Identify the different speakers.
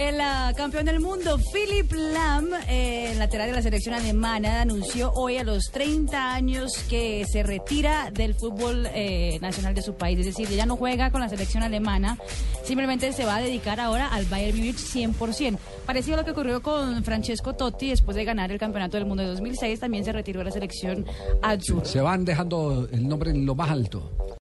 Speaker 1: El ah, campeón del mundo, Philip Lam, eh, lateral de la selección alemana, anunció hoy a los 30 años que se retira del fútbol eh, nacional de su país. Es decir, ya no juega con la selección alemana, simplemente se va a dedicar ahora al Bayern Múnich 100%. Parecido a lo que ocurrió con Francesco Totti después de ganar el campeonato del mundo de 2006, también se retiró de la selección azul.
Speaker 2: Se van dejando el nombre en lo más alto.